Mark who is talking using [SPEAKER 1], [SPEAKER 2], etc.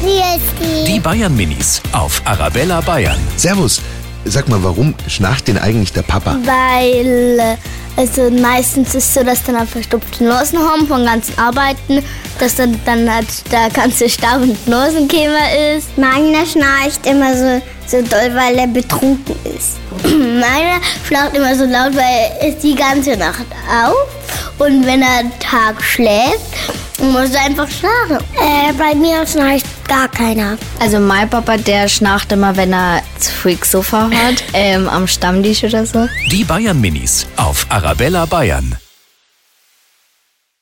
[SPEAKER 1] Christi.
[SPEAKER 2] Die Bayern Minis auf Arabella Bayern.
[SPEAKER 3] Servus. Sag mal, warum schnarcht denn eigentlich der Papa?
[SPEAKER 1] Weil, äh, also meistens ist so, dass dann halt verstopfte Nosen haben von ganzen Arbeiten, dass dann, dann halt der ganze Stab und Nosenkämer ist. Meiner schnarcht immer so, so doll, weil er betrunken ist. Meiner schlaft immer so laut, weil er ist die ganze Nacht auf. Und wenn er Tag schläft, muss er einfach schlafen. Äh, bei mir schnarcht gar keiner.
[SPEAKER 4] Also mein Papa, der schnarcht immer, wenn er zu viel Sofa hat, ähm, am Stammtisch oder so.
[SPEAKER 2] Die Bayern Minis auf Arabella Bayern.